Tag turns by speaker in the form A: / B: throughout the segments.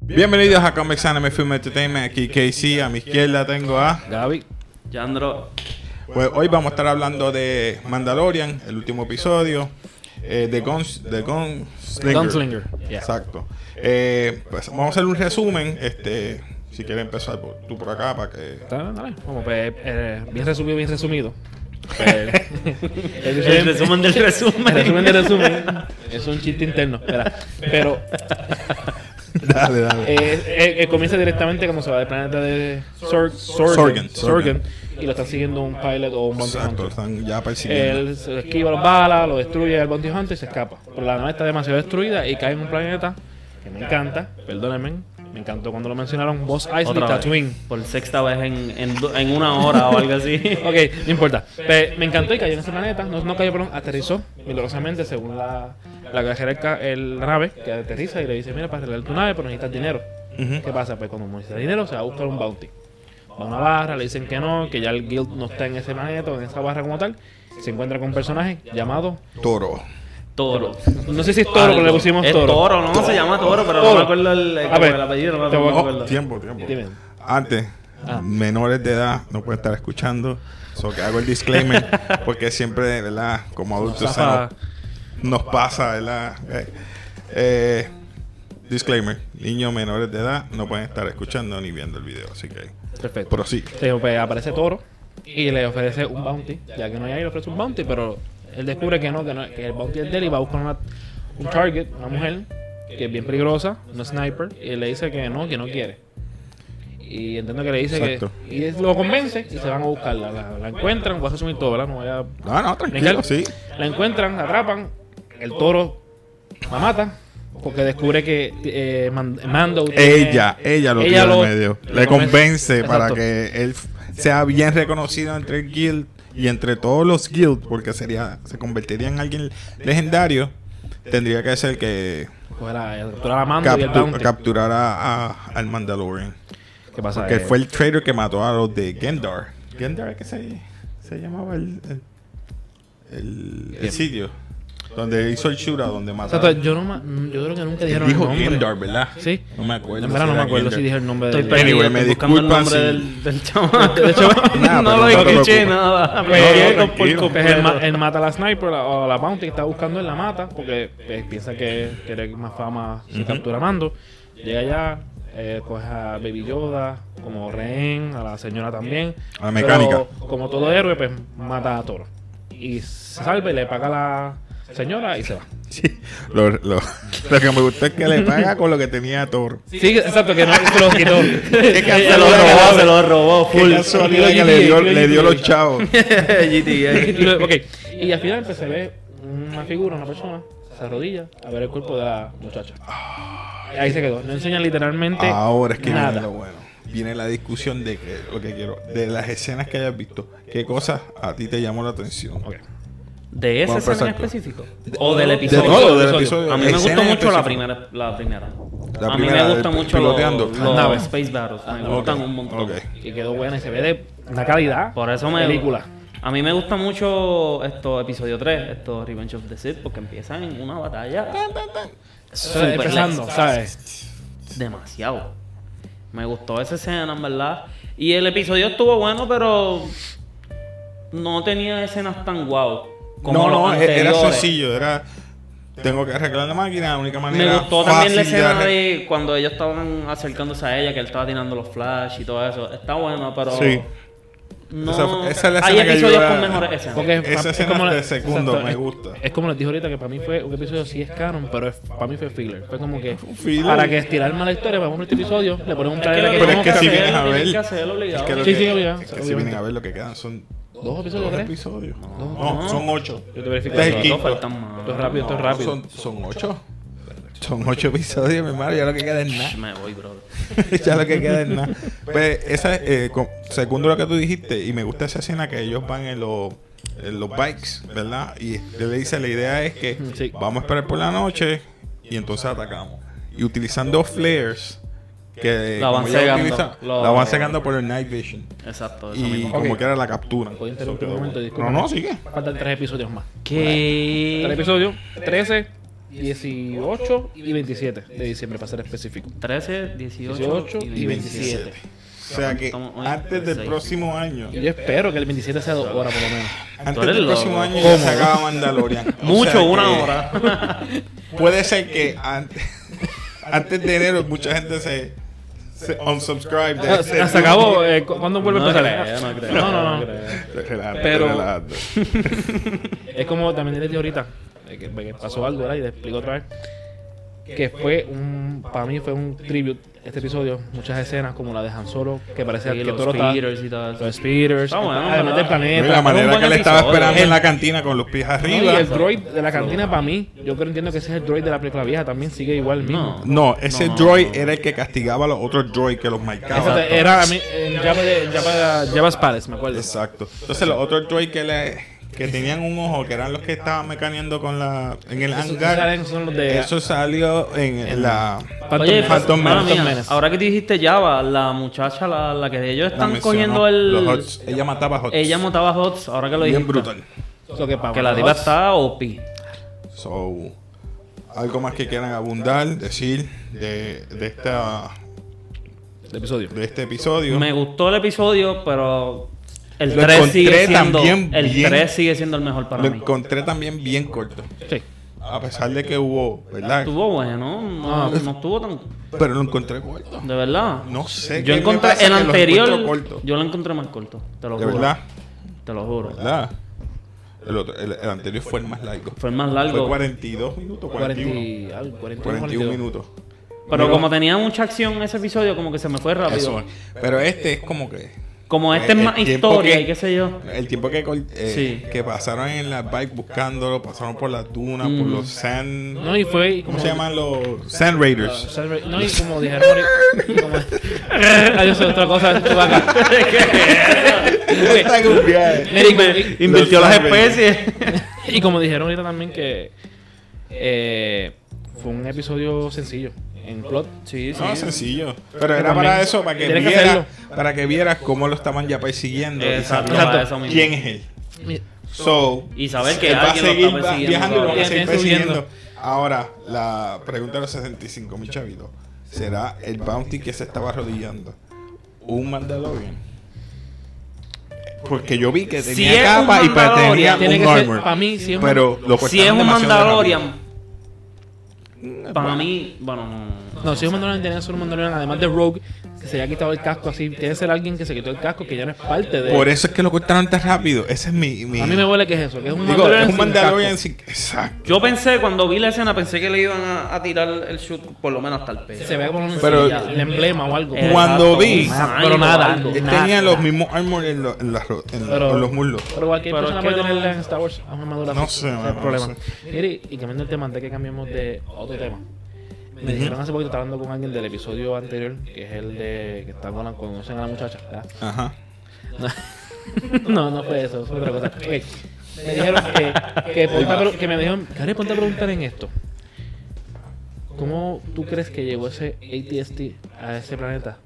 A: Bienvenidos a Comics Anime Film Entertainment. Aquí KC, a mi izquierda tengo a.
B: Gaby.
C: Yandro,
A: Pues hoy vamos a estar hablando de Mandalorian, el último episodio. eh, de Guns, de Gunslinger.
B: Gunslinger, yeah.
A: Exacto. Eh, pues vamos a hacer un resumen. Este, si quieres empezar por- tú por acá para que.
B: Dale, dale. Como pues, eh, bien resumido, bien resumido. Pues, el,
C: el
B: resumen,
C: resumen del resumen.
B: el resumen de resumen es un chiste interno, ¿verdad? Pero
A: dale, dale.
B: eh, eh, eh, comienza directamente cuando se va del planeta de Sorg-
A: Sorgan.
B: Sorgan, Sorgan, y lo está siguiendo un pilot o un bounty
A: Exacto,
B: hunter.
A: están ya persiguiendo.
B: Él se esquiva las balas, lo destruye el bounty hunter y se escapa. Pero la nave está demasiado destruida y cae en un planeta que me encanta, perdónenme, me encantó cuando lo mencionaron, Boss Eisley
C: Otra vez.
B: Tatooine.
C: Por sexta vez en, en, do- en una hora o algo así.
B: Ok, no importa. Pe- me encantó y cayó en ese planeta. No, no cayó, perdón, aterrizó milagrosamente según la, la cajera del ca- el, la nave que aterriza y le dice, mira, para arreglar tu nave, pero necesitas dinero.
A: Ujú.
B: ¿Qué pasa? Pues cuando necesitas dinero se va a buscar un bounty. Va a una barra, le dicen que no, que ya el guild no está en ese planeta o en esa barra como tal. Se encuentra con un personaje llamado...
A: Toro.
C: Toro.
B: No sé si es Toro, pero le pusimos
C: Es
B: Toro.
C: Toro, no se llama Toro, pero
B: Toro.
C: no me acuerdo el,
B: A
C: como
B: ver,
C: el apellido. No me
B: te voy-
C: acuerdo.
A: Oh, tiempo, tiempo.
B: Dime.
A: Antes,
B: Ah.
A: menores de edad no pueden estar escuchando. So que hago el disclaimer porque siempre, ¿verdad? Como adultos se
B: Zafa.
A: nos, nos pasa, ¿verdad? Eh, eh, disclaimer. Niños menores de edad no pueden estar escuchando ni viendo el video. Así que
B: Perfecto.
A: prosigue.
B: Sí, pues, aparece Toro y le ofrece un bounty. Ya que no hay ahí, le ofrece un bounty, pero él descubre que no, que, no- que el bounty es de él y va a buscar una- un target, una mujer, que es bien peligrosa, una sniper, y él le dice que no, que no quiere. Y entiendo que le dice
A: Exacto.
B: que... Y él lo convence y se van a buscarla. La, la encuentran, voy a resumir todo, ¿verdad? No voy a...
A: No, no, tranquilo,
B: Venga.
A: sí.
B: La encuentran, la atrapan, el toro la mata, porque descubre que eh, Man- Mando... tiene-
A: Ella, ella lo
B: Eh, ella
A: tira
B: lo-
A: al medio.
B: lo
A: Le convence para
B: Exacto.
A: que él f- sea bien reconocido entre el guild y entre todos los guild, porque sería se convertiría en alguien legendario. Tendría que ser que
B: Coge la, captura la Mando y el
A: captu-
B: bounty.
A: capturar a, a- al Mandalorian,
B: ¿Qué pasa?
A: que
B: Eh,
A: fue el traitor que mató a los de Gendar. Gendar que se, se llamaba el el, el- el sitio donde hizo el shootout, donde mató.
B: Exacto, yo, no, ma- mm, yo creo que nunca dijeron
A: Dijo
B: el nombre.
A: Gendar, ¿verdad?
B: Sí.
A: No me acuerdo.
B: En verdad no
A: si
B: me
A: era
B: acuerdo
A: Gendar.
B: si dije el nombre
C: Estoy
B: del
C: perdido,
A: Anyway, me
C: estoy buscando el
A: disculpan
C: nombre
A: si-
C: del, del chamaco.
A: Nada,
C: no
A: pero
C: lo
A: no te
C: escuché
A: preocupes.
C: nada.
B: Pues,
C: Me
B: pues,
C: equivoco por
A: tranquilo.
B: pues, él, ma-
C: completo.
B: él mata a la sniper la- o a la bounty que está buscando en la mata porque pues, piensa que quiere más fama si captura a mando. Llega allá, eh, coge a Baby Yoda como rehén, a la señora también.
A: A la mecánica.
B: Pero, como todo héroe, pues mata a Toro. Y se salve, le paga a la señora y se va.
A: Sí, lo, lo- lo que me gustó es que le paga con lo que tenía Thor.
B: Sí, exacto, que no se lo quitó.
C: Se lo robó, se lo robó full.
A: Qué casualidad que le dio, le dio los chavos.
C: GTA.
B: Y lo- ok, y al final pues, se ve una figura, una persona, se arrodilla a ver el cuerpo de la muchacha. Y ahí se quedó. No enseñan literalmente
A: Ahora es que viene
B: nada.
A: lo bueno. Viene la discusión de que, lo que quiero, de las escenas que hayas visto. ¿Qué cosas a ti te llamó la atención?
B: Ok.
C: ¿De ese
A: Vamos a
C: escena en
A: empezar.
C: específico? ¿O del
A: De
C: episodio?
A: todo, del episodio.
C: A mí me
A: pues, Escena
C: gustó
A: en
C: mucho la
A: específico.
C: primera. La primera.
A: La
C: a
A: primera,
C: mí me gusta
A: el
C: mucho
A: piloteando.
C: los,
A: Las
C: los
B: naves.
C: Space Battles. Me gustan un montón.
A: Ok.
B: Y quedó buena y se ve de una calidad.
C: Por eso me.
B: Película.
C: A mí me gusta mucho esto, episodio 3, esto Revenge of the Sith, porque empiezan en una batalla
B: Eso es
C: super
B: empezando,
C: lenta.
B: ¿sabes?
C: demasiado. Me gustó esa escena, en verdad. Y el episodio estuvo bueno, pero no tenía escenas tan guau. Como
A: No,
C: los
A: no, e- era
C: anteriores.
A: sencillo. Era, tengo que arreglar la máquina, la única manera
C: Me gustó
A: fácil
C: también la
A: de
C: escena
A: arreglar-
C: de cuando ellos estaban acercándose a ella, que él estaba tirando los flash y todo eso. Está bueno, pero.
A: Sí.
C: No,
A: Esa fue- esa es la
C: hay
A: escena que
C: episodios
A: yo-
C: con mejores escenas.
B: Porque
A: Esa
B: pa-
A: escena de
B: la-
A: segundo me
B: es-
A: gusta.
B: Es, como les dije ahorita que para mí fue un episodio sí es canon, pero es- para mí fue filler. Fue como que
A: filler.
B: para que estirar más la historia, vamos a este episodio, le ponemos un trailer
C: lo
B: que,
A: Pero es
B: vamos
A: que
B: a
A: si
B: hacer
A: vienes a
C: tienen
A: ver.
C: que hacerlo obligado.
A: Es que, lo
B: Sí,
A: que-
B: sí,
A: es
B: obligado,
A: que si
B: obviamente.
A: vienen a ver lo que quedan son
B: dos episodios,
A: dos
B: tres.
A: episodios.
B: No.
A: No, son ocho.
B: Yo te verifico
A: Este es
B: eso.
A: el
C: No
A: quinto.
C: faltan más.
B: Esto es rápido, esto es rápido.
A: Son, son ocho. Son ocho episodios, mi hermano. Ya lo que queda es nada.
C: Me voy, brother.
A: ya lo que queda es nada. Pues, esa, eh, con- segundo lo que tú dijiste, y me gusta esa escena que ellos van en, los- en los bikes, ¿verdad? Y él le dice: La idea es que
C: Mm,
B: Sí.
A: vamos a esperar por la noche y entonces atacamos. Y utilizando flares que
C: La van
A: como ella
C: cegando. Lo-
A: la van sacando por el night vision.
C: Exacto, eso
A: Y
C: mismo.
A: como
B: Ok.
A: que era la captura.
B: Puedo interrumpir un momento,
A: No,
B: disculpa.
A: no, sigue.
B: Faltan tres episodios más. Tres
C: ¿Qué?
B: episodios, 13, 18 y 27 de diciembre, para ser específico.
C: 13, 18,
B: 18
C: y
B: y
C: 27.
B: 27.
A: O sea que
C: Estamos hoy
A: antes del
C: 26.
A: próximo año,
B: Y Yo espero que el 27 sea dos horas por lo menos.
A: antes
C: eres
A: del próximo
C: loco.
A: año ya se acaba Mandalorian. O
C: Mucho,
A: sea
C: una
A: que
C: hora.
A: Puede ser que antes, antes de enero mucha gente se, se unsubscribe. de
B: Ah,
A: ese-
B: Se acabó. eh, cu- ¿Cuándo vuelve a
C: No
B: empezar?
C: creo, no creo,
B: no, no.
C: no
B: no.
C: creo.
A: Relajando,
B: Pero-
A: relajando.
B: Es como también les dije ahorita, eh, que, que pasó algo, ¿verdad? Y les explico otra vez. Que fue un, para mí fue un tribute este episodio. Muchas escenas como la de Han Solo, que parecía
C: Sí,
B: que
C: los
B: todo está-
C: speeders y todo eso.
B: Los speeders,
C: Está bueno,
B: además
C: ¿verdad?
B: del planeta.
A: Mira, la manera
C: buen
A: que le estaba
C: episodio.
A: esperando en la cantina con los pies
B: No, y
A: arriba.
B: el droid de la cantina para mí, yo creo entiendo que ese es el droid de la película vieja, también sigue igual mismo.
C: No.
A: No, ese
C: No, no,
A: droid
C: no.
A: era el que castigaba a los otros droids que los marcaba.
B: Esa te- era a mí, en Java, de- Java, Java's Palace, me acuerdo.
A: Exacto. Entonces los otros droids que le que tenían un ojo, que eran los que estaban mecaneando con la en el
B: Esos
A: hangar.
B: salen- son los de
A: Eso salió en, en la
B: Phantom
C: Oye,
B: Menace.
A: Phantom
C: mala
A: Menace.
C: mía,
B: Menace.
C: ahora que dijiste Java, la muchacha, la, la que ellos
A: la
C: están
A: mencionó,
C: cogiendo el...
A: los Hots. Ella mataba Hots.
C: Ella montaba Hots, ahora que lo dijiste.
A: Bien brutal.
B: Lo que, pa-
C: Que la diva está OP.
A: So, algo más que quieran abundar, decir de, de esta
B: El episodio.
A: de este episodio.
C: Me gustó el episodio, pero el
A: Lo
C: 3 sigue
A: encontré
C: siendo
A: también
C: el
A: bien.
C: 3 sigue siendo el mejor para
A: Lo
C: mí.
A: encontré también bien corto.
B: Sí.
A: A pesar de que hubo, ¿verdad?
C: Estuvo bueno, no, no estuvo tan
A: Pero lo encontré corto.
C: de verdad.
A: Ah. No sé.
C: yo
A: qué me
C: encontré
A: pasa que
C: el
A: lo
C: anterior,
A: encuentro corto.
C: yo lo encontré más corto, te lo
A: De
C: juro.
A: verdad.
C: Te lo juro.
A: ¿Verdad? El, otro- el- el anterior fue el más largo.
C: Fue el más
A: Fue
C: largo.
A: 42 minutos, 41.
B: 40, algo, 41,
A: 41
B: 42.
A: minutos.
C: pero como tenía mucha acción ese episodio, como que se me fue rápido.
A: Eso. Pero este es como que.
C: Como este
A: El-
C: es
A: el
C: más
A: tiempo
C: historia
A: que-
C: y qué sé yo.
A: El tiempo que, col- eh,
C: Sí.
A: que pasaron en la bike buscándolo, pasaron por las dunas, por los sand.
B: No, y fue.
A: ¿Cómo
B: como-
A: se llaman los Sand Raiders?
B: Celebrate- No, y como dijeron. ahorita- y como- Ay, yo sé otra cosa. Chubaca.
A: Está gufiado.
B: Mira, y como- y-
C: Invirtió
A: Los
C: las
A: Sanders.
C: especies.
B: Y como dijeron ahorita también que eh, fue un episodio sencillo en plot.
C: sí, sí.
A: No, Ah, sencillo. Pero
B: Pero
A: era para
B: también
A: eso, para que
B: tienes que
A: vieras
B: hacerlo.
A: para que vieras cómo lo estaban ya persiguiendo. y
C: Exacto,
A: sabías
C: para eso mismo.
A: ¿Quién es él? So,
C: Y saber que
A: él va a
C: alguien lo
A: seguir
C: está
A: va-
C: persiguiendo
A: viajando y lo van a
B: todavía.
A: seguir
B: Viene subiendo.
A: persiguiendo. Ahora, la pregunta de los 65 mil chavitos. ¿Será el bounty que se estaba arrodillando un Mandalorian? Porque yo vi que
C: Si
A: tenía
C: es un
A: capa y pa- tenía
C: Mandalorian,
B: Tiene
A: un
B: que ser,
A: armor.
B: para mí, si es un-
A: pero lo
C: Si es
A: cortaron
C: un
A: demasiado Mm,
C: Mandalorian,
A: rápido.
C: para mí, bueno, no.
B: No, si es un Mandalorian, tiene que ser un Mandalorian, además de Rogue, que se haya quitado el casco así. Tiene que ser alguien que se quitó el casco, que ya no es parte de.
A: Por eso es que lo cortaron tan rápido. Ese es mi. mi-
B: A mí me huele que es eso, que es un
A: Digo, es un
B: sin
A: Mandalorian
B: casco.
A: sin. Exacto.
C: Yo pensé, cuando vi la escena, pensé que le iban a, a tirar el shoot por lo menos hasta el pecho.
B: Se ve como un
A: Pero-
B: el emblema o algo.
A: Eh, Cuando vi-
B: Pero nada,
A: Él
B: Nada.
A: tenía los mismos armor en, lo- en las ro- en la-
B: Pero-
A: en los muslos.
B: Pero cualquier
C: Pero
B: persona
C: es que
B: puede
C: no-
B: tenerla en Star Wars a una armadura.
A: No
B: así,
A: sé,
B: ese es el
A: no
B: problema.
A: sé.
B: Mire, y cambiando el tema, antes que cambiemos de otro tema. Me dijeron hace poquito, estaba hablando con alguien del episodio anterior, que es el de que está con la, conocen a la muchacha, ¿verdad?
A: Ajá.
B: No, no fue eso, fue otra cosa. Ok. Me dijeron que, que, ponte a pre- que me dijeron, Gary, ponte a preguntar en esto. ¿Cómo tú crees que llegó ese ATST a ese planeta?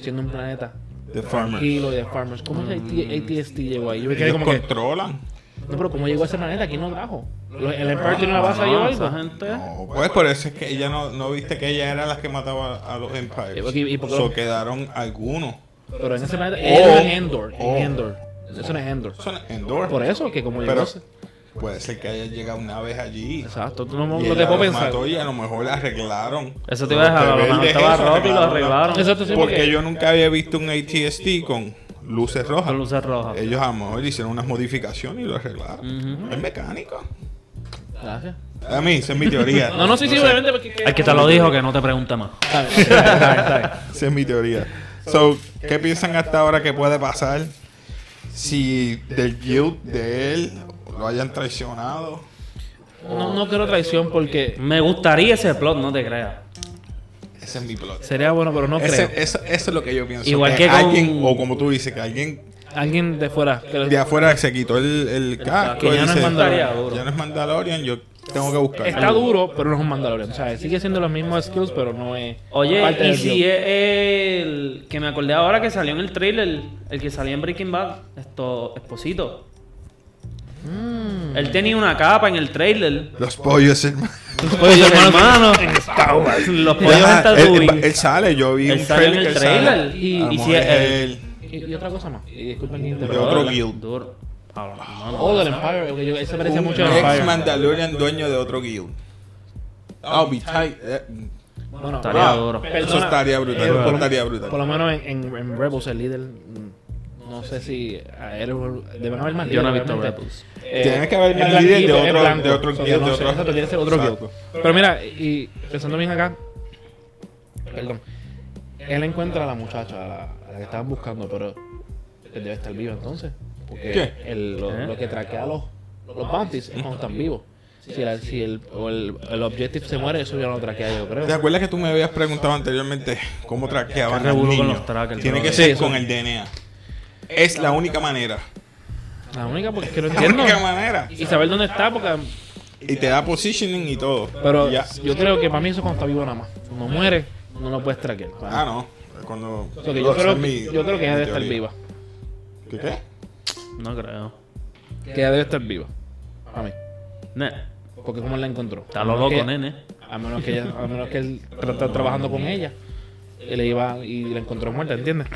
B: Siendo un planeta
A: The Farmer.
B: tranquilo de farmers. ¿Cómo ese ATST llegó ahí? Yo me quedé
A: Ellos
B: como que,
A: controlan.
B: no, pero ¿cómo llegó a ese planeta? ¿Quién lo trajo? Lo- ¿El Empire tiene una base ahí o
C: No, esa
B: algo?
C: gente.
A: No, pues por eso es que ella no, no viste que ella era la que mataba a los Empires.
B: Y- y por qué
A: So
B: lo-
A: quedaron algunos.
B: Pero en ese planeta,
A: O-
B: eso es Endor, en
A: o-
B: Endor. Eso no es Endor.
A: Son Endor.
B: Por eso, que como llegó
A: oh. Pero
B: ese-
A: puede ser que haya llegado una vez allí.
B: Exacto, tú no, no
A: y
B: te
A: ella
B: puedo
A: los
B: pensar.
A: mató y a lo mejor la arreglaron.
C: Eso te iba a dejar, a lo mejor
A: rebeldes
C: estaba
A: eso,
C: roto y lo
A: arreglaron.
C: arreglaron.
B: Exacto, sí,
A: Porque yo nunca había visto un ATST con luces rojas.
C: Con luces rojas.
A: Ellos a lo mejor hicieron unas modificaciones y lo arreglaron. Es mecánico.
B: Gracias.
A: A mí, esa es mi teoría.
B: No, no, sí, sí,
A: sé.
B: obviamente. Porque,
C: El que te lo dijo que no te pregunte más.
B: Está bien, está bien, está bien.
A: Esa es mi teoría. So, ¿qué piensan hasta ahora que puede pasar? Si del guild de él lo hayan traicionado.
B: No, no quiero traición porque
C: Me gustaría ese plot, no te creas.
A: Ese es mi plot.
B: sería bueno, pero no
A: Ese-
B: creo.
A: eso, eso es lo que yo pienso.
C: Igual que con-
A: alguien, o como tú dices, que alguien
B: Alguien de fuera. Que lo-
A: de afuera se quitó el, el casco.
B: que
A: y
B: ya no es
A: dice,
B: Mandalorian,
C: duro".
A: Ya no es Mandalorian, yo tengo que buscar.
C: Eh,
B: está duro, pero no es un Mandalorian. O sea, sigue siendo los mismos skills, pero no es.
C: Oye, y
B: del
C: si
B: guild.
C: es el que me acordé ahora que salió en el trailer, el que salía en Breaking Bad, esto,
A: Mm.
C: Esposito. Él tenía una capa en el trailer.
A: Los pollos, hermano.
C: Pollos hermanos. Los pollos
A: Ya,
C: en
A: él,
C: Tatooine.
A: él- él sale, yo vi
C: Él
A: un
C: sale en
A: trailer
C: el
A: que él sale.
C: trailer, y-
A: A
C: y
A: lo
C: si
A: mejor
C: es
A: es
C: él.
B: Y, y otra cosa más. Y disculpen que
A: de
B: interrumpa.
A: otro guild.
C: Duro. Pablo, hermano.
B: Oh, del Empire. porque yo- él se parece
A: Un
B: mucho a Empire.
A: ex Mandalorian dueño de otro guild. I'll be tight. Eh,
B: Bueno,
C: Estaría
B: ah,
C: duro.
B: persona-
A: Eso estaría brutal, eso
B: por lo-
A: estaría brutal.
B: Por lo menos en, en- en Rebels, el líder. mm, No sé si a él deben haber más
C: Yo no he
B: líderes,
C: visto
B: obviamente.
C: Rebels.
B: Eh,
A: Tiene que haber
B: es
A: más
B: blanquito,
A: líderes de
B: es
A: otro-
B: blanco,
A: de otro-
B: o sea,
A: de
B: no sé,
A: otro-
B: exacto, tiene que ser otro
A: Exacto.
B: guild. Pero mira, y pensando bien acá, perdón, él encuentra a la muchacha, a la, a la que estaban buscando, pero él debe estar vivo entonces. Porque
A: ¿Qué?
B: el- lo,
C: ¿Eh?
B: lo que traquea los, los bounties es cuando están vivos. Si, la- si el, o el, el objective se muere, eso ya no lo traquea, yo creo.
A: ¿Te acuerdas que tú me habías preguntado anteriormente cómo traqueaban
C: Qué
A: a los
C: revuelo con
A: niños?
C: los trackers,
A: Tiene que
C: brother.
A: ser
B: Sí,
A: con
B: sí.
A: el DNA. Es la única manera.
B: La única porque es que no
A: La
B: entiendo.
A: única manera.
B: Y saber dónde está, porque.
A: Y te da positioning y todo.
B: Pero
A: Y ya.
B: yo creo que para mí eso es cuando está vivo nada más. Cuando muere, no lo puedes traquear.
A: Ah, no. Cuando.
B: So que yo,
A: esa
B: creo,
A: es mi-
B: yo creo que ella
A: mi
B: debe estar
A: teoría.
B: viva.
A: ¿Qué qué?
C: No creo.
B: Que ella debe estar viva. A mí.
C: Ne-
B: Porque como él la encontró.
C: Está
B: A
C: lo
B: menos
C: loco,
B: que-
C: nene.
B: A menos que, ella, a menos que él tra- está trabajando con ella. Él iba y la encontró muerta, ¿entiendes?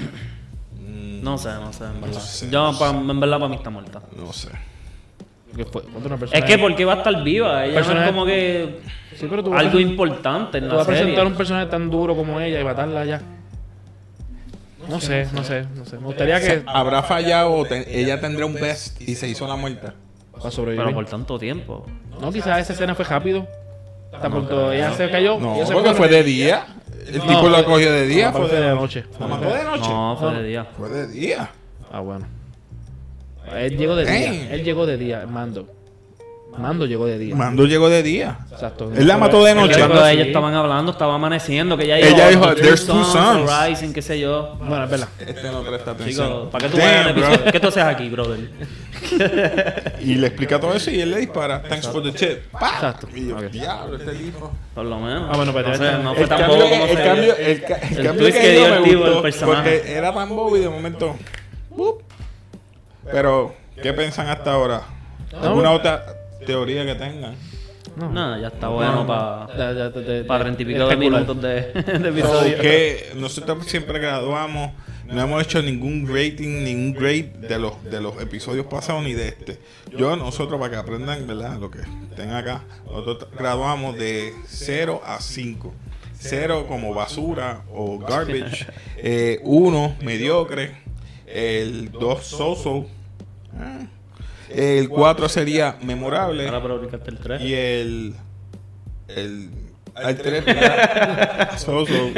C: No sé, no sé, en verdad.
A: sé,
C: Yo,
A: no
C: pa- en verdad, para mí está muerta.
A: No sé.
B: Que fue contra una persona.
C: Es que porque va a estar viva. Ella no es
B: Personaje-
C: como que
B: Sí, pero tú vas a-
C: algo importante en
B: tú vas
C: la
B: a presentar a
C: serie.
B: un personaje tan duro como ella y matarla ya. No sé, no sé, no sé. Me gustaría que.
A: Habrá fallado, o te- ella tendrá un best y se hizo la muerta.
B: Para sobrevivir.
C: Pero por tanto tiempo.
B: No, quizás esa escena fue rápido. Hasta cuando ella se cayó.
A: No,
B: ella se
A: porque
B: fueron.
A: fue de día. El
B: No,
A: tipo
B: fue-
A: la cogió de día.
B: No,
A: Fue
B: fue
A: de
B: de noche.
A: La mató de noche.
C: No, fue de día.
A: Fue de día.
B: Ah, bueno. Él llegó de
A: Damn.
B: día. Él llegó de día, Mando. Mando llegó de día.
A: Mando llegó de día.
B: Exacto.
A: Él la mató de noche.
C: Porque Cuando
B: Sí.
C: ellos estaban hablando, estaba amaneciendo, que ella dijo,
A: Ella dijo,
C: "The
A: "There's two suns".
C: arising", qué sé yo.
B: Bueno, es verdad.
A: Este no presta atención.
C: Chicos, ¿para qué tú
A: Damn,
C: vayas al
A: bro.
C: episodio? ¿Qué tú haces aquí, brother?
A: Y le explica todo eso y él le dispara. Thanks for the tip. ¡Pa!
B: Exacto.
A: Y yo,
B: Ok.
A: diablo, este tipo.
C: Por lo menos.
B: Ah, bueno, pero
C: no,
B: ya
C: sé,
B: está.
C: no fue
A: El
C: tan
A: cambio,
C: bobo
A: que-
C: como
A: el
C: se-
A: cambio, el, ca- el
C: el
A: cambio
C: twist
A: que
C: que
A: dio
C: dio
A: me
C: el tipo,
A: gustó
C: el personaje.
A: porque era tan bobo y de momento. ¡bup! Pero, ¿qué piensan hasta ahora? ¿Alguna otra teoría que tengan?
B: No.
C: Nada, ya está bueno para
B: Ya, ya, te- te-
C: para treinta y pico de
B: especular.
C: minutos de,
A: So,
C: de episodio.
A: que nosotros siempre graduamos, no hemos hecho ningún rating, ningún grade de los de los episodios pasados ni de este. Yo, nosotros, para que aprendan, ¿verdad? Lo que estén acá, nosotros graduamos de 0 a 5. 0 como basura o garbage. 1 mediocre. El 2 soso. Ah. El 4 sería memorable.
C: Ahora para ubicarte el 3.
A: Y el. El. Al 3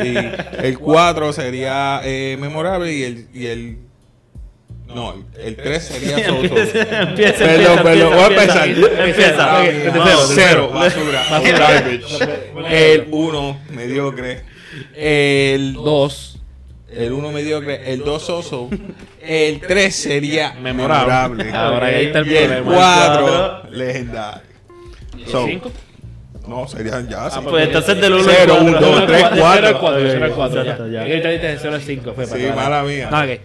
A: Y el 4 sería eh, memorable y el. Y el no, el 3 sería Soso.
C: Empieza, empieza,
A: Perdón,
C: empieza,
A: perdón, voy a
C: empieza.
A: empezar.
C: Empieza.
A: Ah,
C: Ok,
A: bien.
C: vamos.
A: Cero, basura. garbage. El 1, mediocre. El
B: Dos.
A: el 1 mediocre, el 2 soso, el 3 sería
B: Memorable.
A: memorable.
B: Ahora ahí está el
A: y el
B: problema.
A: 4 legendario. So,
B: cinco?
A: no, serían ya. sí.
C: Pues entonces del 1
A: Cero, un, dos,
B: Cero al
A: tres,
B: cua- de
A: cuatro.
B: Cero al cuatro, de cero al cuatro,
C: Exacto,
B: ya.
C: ya.
B: Y ahorita dices de cero al cinco, fue para
A: Sí,
B: aclarar.
A: mala mía.
B: No, ok.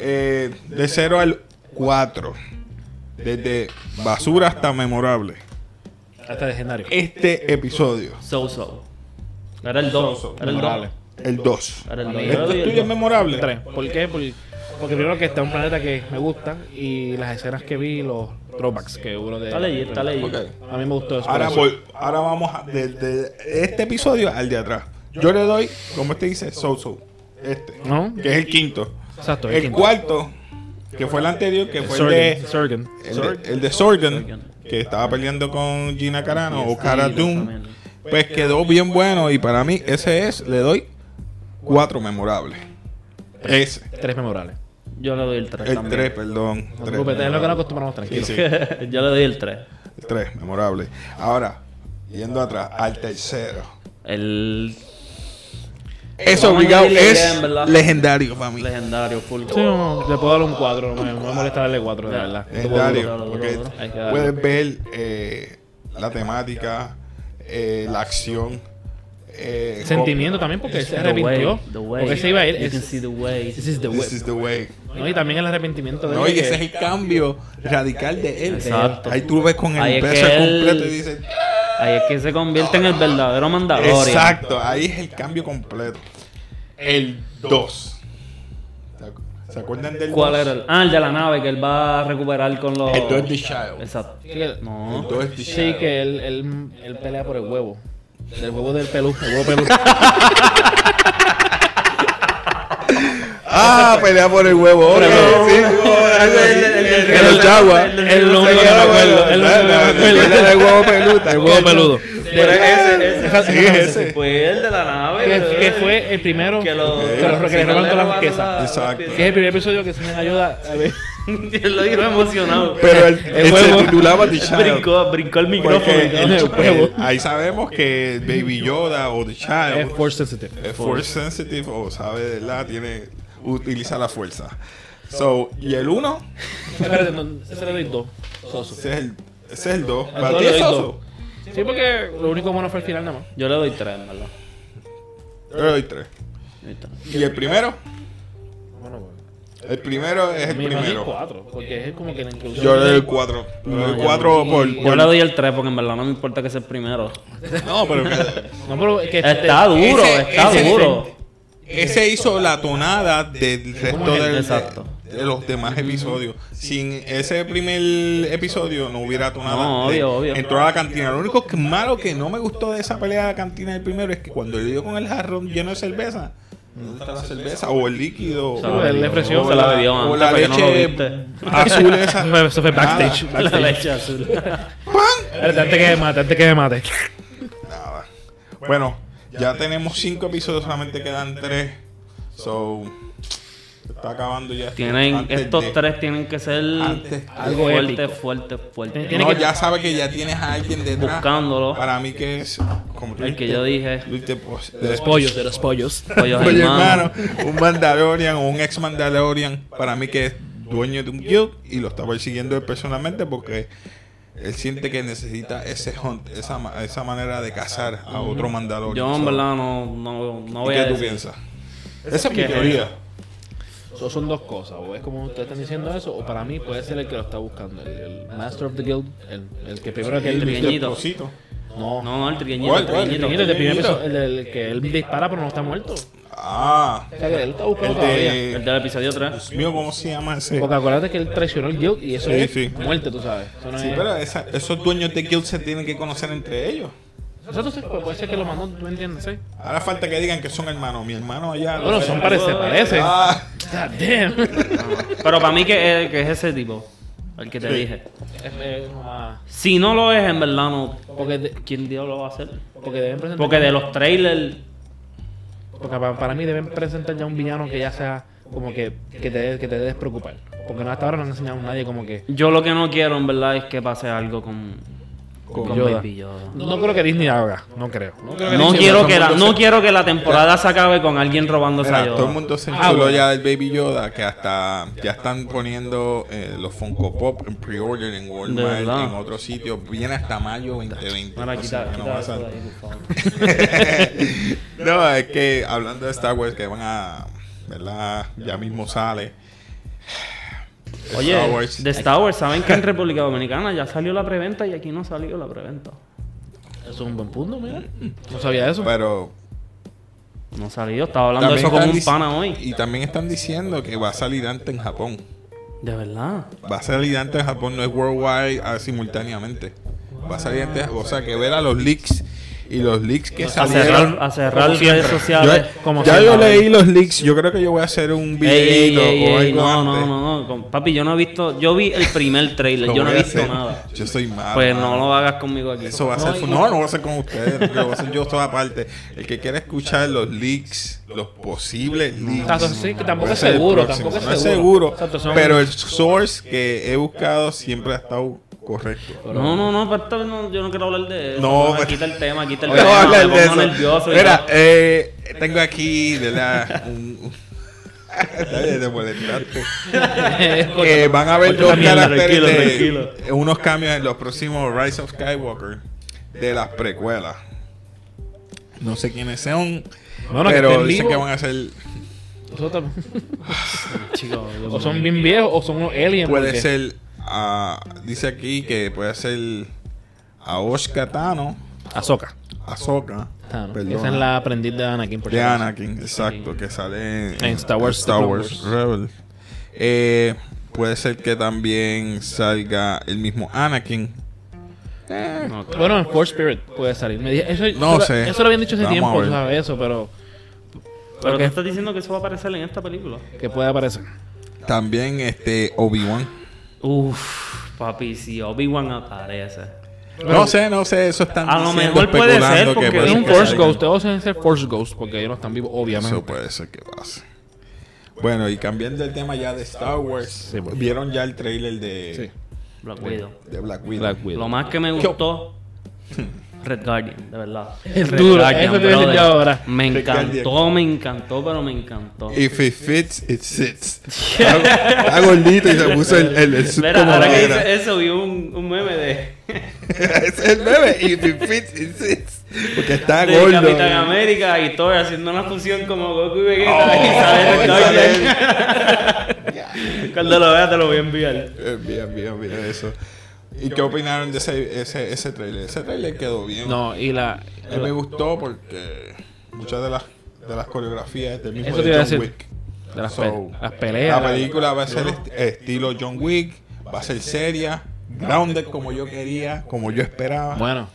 A: Eh, de 0 al 4. Desde basura hasta memorable.
B: Hasta legendario.
A: Este episodio,
C: So, so. Era el 2. Era el 2.
A: el 2.
C: Era el 2.
A: Este tuyo es memorable.
B: Tres. ¿Por qué? Por- porque primero que está un planeta que me gusta y las escenas que vi, los throwbacks que hubo de...
C: Está leyendo, está leyendo.
A: Ok.
B: A mí me gustó eso.
A: Ahora,
B: por eso.
A: voy- ahora vamos a- desde este episodio al de atrás. Yo le doy, como este dice, Soso. Este,
B: ¿No?
A: que es el quinto.
B: Exacto, el
A: El
B: quinto.
A: cuarto, que fue el anterior, que fue el de,
B: Sorgan. Sorgan.
A: el de, el de Sorgan, que estaba peleando con Gina Carano o Cara Dune. Pues quedó bien bueno y para mí ese es, le doy cuatro memorables. Ese,
B: Tres memorables.
C: Yo le doy el 3
A: el tres,
C: también.
A: perdón.
B: Pues, No te
A: tres.
B: preocupes, es lo que nos acostumbramos, tranquilo.
A: Sí, sí.
C: Yo le doy el 3.
A: El tres, memorable. Ahora, yendo atrás, al tercero.
C: El
B: Eh,
A: Eso
C: Vamos a
A: obligado
C: dividirle
A: es
C: ya, en verdad.
A: legendario para mí.
C: legendario full.
B: Sí, no, le puedo dar un 4, no me, no me molesta darle 4, de verdad.
A: Legendario.
C: Duro, duro,
A: Porque
C: duro.
B: Hay que darle.
A: puedes ver eh, la temática, eh, la acción. eh,
B: Sentimiento también, porque él se
C: The
B: arrepintió.
C: way, the way.
B: Porque se iba a ir.
C: You can
B: es-
C: see the way.
B: This is the
A: cómo-
B: way.
A: This is the way.
B: No, y también el arrepentimiento de
A: No,
B: él
A: y ese
B: que-
A: es el cambio radical de él.
C: Exacto.
A: Ahí tú lo ves con
C: Ahí
A: el
C: es que
A: peso
C: él-
A: completo y dices,
C: Ahí es que se convierte en el verdadero mandador.
A: Exacto, ahí es el cambio completo. El 2. ¿Se acuerdan del
C: ¿Cuál
A: dos?
C: era el? Ah, el de la nave que él va a recuperar con los.
A: El 2 de Child.
C: Exacto.
B: Sí,
C: No.
A: El 2 de
B: Sí,
A: Child.
B: que él, él, él pelea por el huevo. Del huevo del pelú. El huevo pelú.
A: Ah, pelea por el huevo. ok, sí. Que los Jaguars.
B: Es lo único que me acuerdo. Es lo único que me acuerdo.
A: Pelea del huevo peludo.
B: El huevo peludo.
C: Pero ese, ese.
A: Sí, ese.
C: Fue el de la nave.
B: Que, que fue el primero
C: Que lo-
B: que lo- que le roban toda la riqueza.
A: Exacto.
B: Que es el primer episodio que se me ayuda a ver.
C: Él lo dijo emocionado.
A: Pero el, el
B: huevo.
A: se titulaba The Child.
C: brincó, brincó el micrófono.
A: Porque
B: cabrón,
A: el-
B: el huevo.
A: ahí sabemos que Baby Yoda o The
B: Es
A: Child
B: force sensitive.
A: es Eh, force sensitive o sabe, ¿verdad? Tiene, utiliza la fuerza. So, y el 1,
B: Espérate, no, ese le doy dos. Soso.
A: ese es el ese es el 2.
B: Al
A: ¿Para
B: dos
A: ti
B: Ah, le
A: es
B: doy
A: Soso?
B: Sí, porque lo único bueno fue el final nada más.
C: Yo le doy tres, en ¿verdad?
A: Yo le doy 3.
C: Yo le doy tres.
A: ¿Y el primero?
B: Bueno, bueno.
A: El primero es el
B: Mi imagino
A: primero.
B: cuatro, porque es como que la introducción.
A: Yo le doy el 4. Le doy el 4 por...
C: Yo
A: por-
C: le doy el 3 porque en verdad no me importa que sea el primero.
A: No, pero... que-
B: No, pero es que este-
C: Está duro,
A: Ese-
C: está
A: ese-
C: duro.
A: Ese hizo la tonada del resto
C: el-
A: del-
C: exacto.
A: de los demás episodios. Sin ese primer episodio no hubiera tonada.
C: No,
A: de-
C: obvio, obvio.
A: Entró a la cantina. Lo único que malo que no me gustó de esa pelea de la cantina del primero es que cuando le dio con el jarrón lleno de cerveza, ¿dónde está la cerveza? O el líquido.
C: Se
A: o-
B: la bebió. Él le ofreció.
A: o
B: Se
C: la
A: la-
C: bebió
A: O
C: antes,
A: la
C: para que no lo
A: leche
C: viste.
A: azul esa.
B: Eso fue backstage.
A: Nada.
C: La leche azul.
A: ¡Pam!
B: Espérate, antes que me mate, antes que me mate.
A: Nada. Bueno, ya tenemos cinco episodios, solamente quedan tres. So. se Está acabando ya. esto
C: Tienen,
A: antes de-
C: estos tres tienen que ser
A: Antes-
C: algo
B: Algo
C: fuerte,
B: épico.
C: fuerte, fuerte.
B: Tiene
A: no,
B: que-
A: ya sabe que ya tienes a alguien detrás.
C: Buscándolo.
A: Para mí que es. Como tú
C: El que
A: dijiste,
C: yo dije.
A: Luis de Pos- de-
B: Los pollos, de los pollos.
C: Pollos
A: Oye, hermano,
C: hermanos.
A: un Mandalorian o un ex Mandalorian, para mí que es dueño de un guild y lo está persiguiendo él personalmente porque él siente que necesita ese hunt, esa, ma- esa manera de cazar a otro Mandalorian.
C: Yo en
A: So,
C: verdad no, no, no voy
A: ¿Qué
C: a
A: tú
C: decir.
A: piensas? Esa es mi
C: Que-
A: teoría.
B: So, son dos cosas, o es como ustedes están diciendo eso, o para mí puede ser el que lo está buscando, el, el Master of the Guild, el, el que primero que
A: El
B: él
A: Mr.
C: pequeñito.
A: Pocito.
B: No, no,
C: No, no, el trigueñito,
A: ¿Cuál,
C: el
A: cuál?
B: el,
C: trigueñito.
B: pequeñito, el de primer
A: pequeñito.
B: episodio, el del que él dispara pero no está muerto. O
A: Ah,
B: sea, que él está buscando
A: el
B: todavía.
A: de.
C: El del episodio 3.
A: Dios mío, ¿cómo se llama ese?
B: Porque acuérdate que él traicionó el guild y eso
A: Sí,
B: es
A: sí.
B: muerte, tú sabes. Eso no
A: Sí,
B: es...
A: pero esa- esos dueños de guild se tienen que conocer entre ellos.
B: O sea, entonces pues, puede ser que lo mandó, tú me entiendes, ¿sí?
A: Ahora falta que digan que son hermanos. Mi hermano allá.
B: Bueno, son parece, parece.
A: Ah,
B: God damn.
C: Pero para mí que es, que es ese tipo, el que te
A: Sí.
C: dije.
B: Es- es una-
C: Si no lo es, en verdad no.
B: porque, de-
C: ¿Quién diablo lo va a hacer?
B: porque deben presentar...
C: Porque de los trailers.
B: Porque pa- para, mí deben presentar ya un villano que ya sea como que, que, te, que te debes preocupar. Porque no- hasta ahora no han enseñado a nadie como que...
C: Yo lo que no quiero, en verdad, es que pase algo con. Con,
B: Yoda.
C: Baby Yoda.
B: No, creo que Disney haga, no creo.
C: No quiero que la,
A: Todo el
C: no
A: mundo
C: quiero que la temporada se acabe con alguien robándose
A: Mira,
C: a
A: todo el
C: Yoda.
A: mundo se
B: Ah,
A: enchuló
B: bueno.
A: ya del Baby Yoda que hasta ya están poniendo eh, los Funko Pop en pre-order en
C: De
A: Walmart,
C: verdad.
A: en otros sitios. Viene hasta mayo 2020.
C: Para
A: así
C: quitar,
A: que no
C: quitar
A: va a
C: eso de
A: salir.
C: ahí, por favor.
A: no, es que hablando de Star Wars que van a, ¿verdad? Ya mismo sale. Star
C: Oye,
A: Wars.
C: de Star Wars, ¿saben que en República Dominicana ya salió la preventa y aquí no salió la preventa?
B: Eso es un buen punto, mira. No sabía eso.
A: pero
C: No salió, estaba hablando de eso con
A: están
C: un
A: dic-
C: pana hoy.
A: Y también están diciendo que va a salir antes en Japón.
C: De verdad.
A: Va a salir antes en Japón, no es worldwide ah, simultáneamente. Va a salir antes, o sea que ver a los leaks y los leaks que
C: A
A: salieron.
C: cerrar, a cerrar redes sociales.
A: Yo-
B: como
A: ya yo
B: siempre.
A: leí los leaks, yo creo que yo voy a hacer un
C: Ey, ey,
A: videito
C: ey,
A: o
C: ey,
A: algo
C: no,
A: antes.
C: no, no, no, Papi, yo no he visto. Yo vi el primer trailer,
A: Lo
C: yo no he
A: voy a
C: visto
A: hacer.
C: nada.
A: Yo soy malo.
C: Pues no
A: mano.
C: lo hagas conmigo aquí.
A: Eso va a ser. fu- No, no voy a ser con ustedes. Lo voy a hacer yo toda parte. El que quiera escuchar los leaks, los posibles leaks.
B: Exacto, sí, que tampoco
A: puede
B: es
A: ser el
B: seguro,
A: próximo.
B: tampoco es
A: No es
B: seguro.
A: seguro.
B: Exacto, son-
A: Pero el source que he buscado siempre ha estado correcto.
C: No, no, no, pero esto no, yo no quiero hablar de eso.
A: No,
C: Pero
A: pero-
C: quita el tema, quita el
A: No voy
C: tema.
A: a hablar
C: me
A: de
C: pongo
A: eso.
C: nervioso. y
A: Mira,
C: todo.
A: eh, tengo aquí, ¿verdad? Un. un- Te molestaste. Que Eh, van a haber
C: Otra
A: dos
C: mierda,
A: caracteres
C: tranquilo,
A: de- unos cambios en los próximos Rise of Skywalker de las precuelas. No sé quiénes sean,
B: Bueno, que
A: pero
B: estén
A: dicen
B: vivos.
A: que van a ser.
B: Nosotros-
C: Chicos, yo-
B: o son bien viejos o son unos aliens.
A: Puede
B: porque-
A: ser. ah, dice aquí que puede ser a Osh Katano
B: Ahsoka.
A: Ahsoka.
C: Ah,
B: Tano.
A: perdona,
B: Esa es la aprendiz de Anakin, por
A: De
B: cierto.
A: Anakin, exacto, que sale en,
B: En Star Wars, The Clone Wars.
A: Rebels. Eh, puede ser que también salga el mismo Anakin.
C: No,
B: Bueno, en Force Spirit puede salir. Me di- eso,
A: No
B: eso-
A: sé.
B: Eso lo habían dicho hace
A: Vamos a
B: tiempo,
A: ver.
B: ¿sabes? Eso, pero
C: pero
B: Ok.
C: tú estás diciendo que eso va a aparecer en esta película.
B: que puede aparecer.
A: También este Obi-Wan.
C: Uf, papi, si Obi-Wan aparece.
A: No sé, no sé, eso están
C: A lo
A: diciendo,
C: mejor puede ser,
A: especulando
C: porque
A: que
B: Es
A: puede
B: un
A: que
B: Force
A: salga.
B: Ghost. Todos deben ser Force Ghost porque ellos no están vivos,
A: Eso
B: obviamente.
A: puede ser que pase. Bueno, y cambiando el tema ya de Star Wars,
B: Sí, pues.
A: vieron ya el trailer de,
B: Sí.
C: Black Widow.
A: de Black Widow.
B: Black Widow.
C: Lo más que me gustó. Red Guardian, de verdad.
B: Es
C: Red
B: duro, eso te iba a decir
C: brother.
B: yo ahora.
C: Me
A: Red
C: encantó,
A: Guardian.
C: me encantó, pero me encantó.
A: If it fits, it sits. Está está gordito y se puso el, el, el suit
C: Mira,
A: como
C: ahora que
A: era.
C: dice eso, vi un, un meme de,
A: es el bebé. If it fits, it sits. Porque está
C: de
A: Ah, gordo.
C: Capitán América y Thor haciendo una fusión como Goku y Vegeta
A: Oh,
C: y sale Red
A: sale
C: Guardian. Cuando lo veas te lo voy a enviar.
A: Eh, Bien, bien, bien, eso. ¿Y qué opinaron de ese, ese, ese trailer? Ese trailer quedó bien.
B: No, y la.
A: A mí me gustó porque muchas de las, de las coreografías del mismo
B: Eso te
A: de
B: iba a
A: John
B: decir. Eh,
A: Wick.
B: de las,
A: So,
B: pe- las peleas.
A: la película va a ser est- estilo John Wick, va a ser seria, grounded como yo quería, como yo esperaba.
B: Bueno,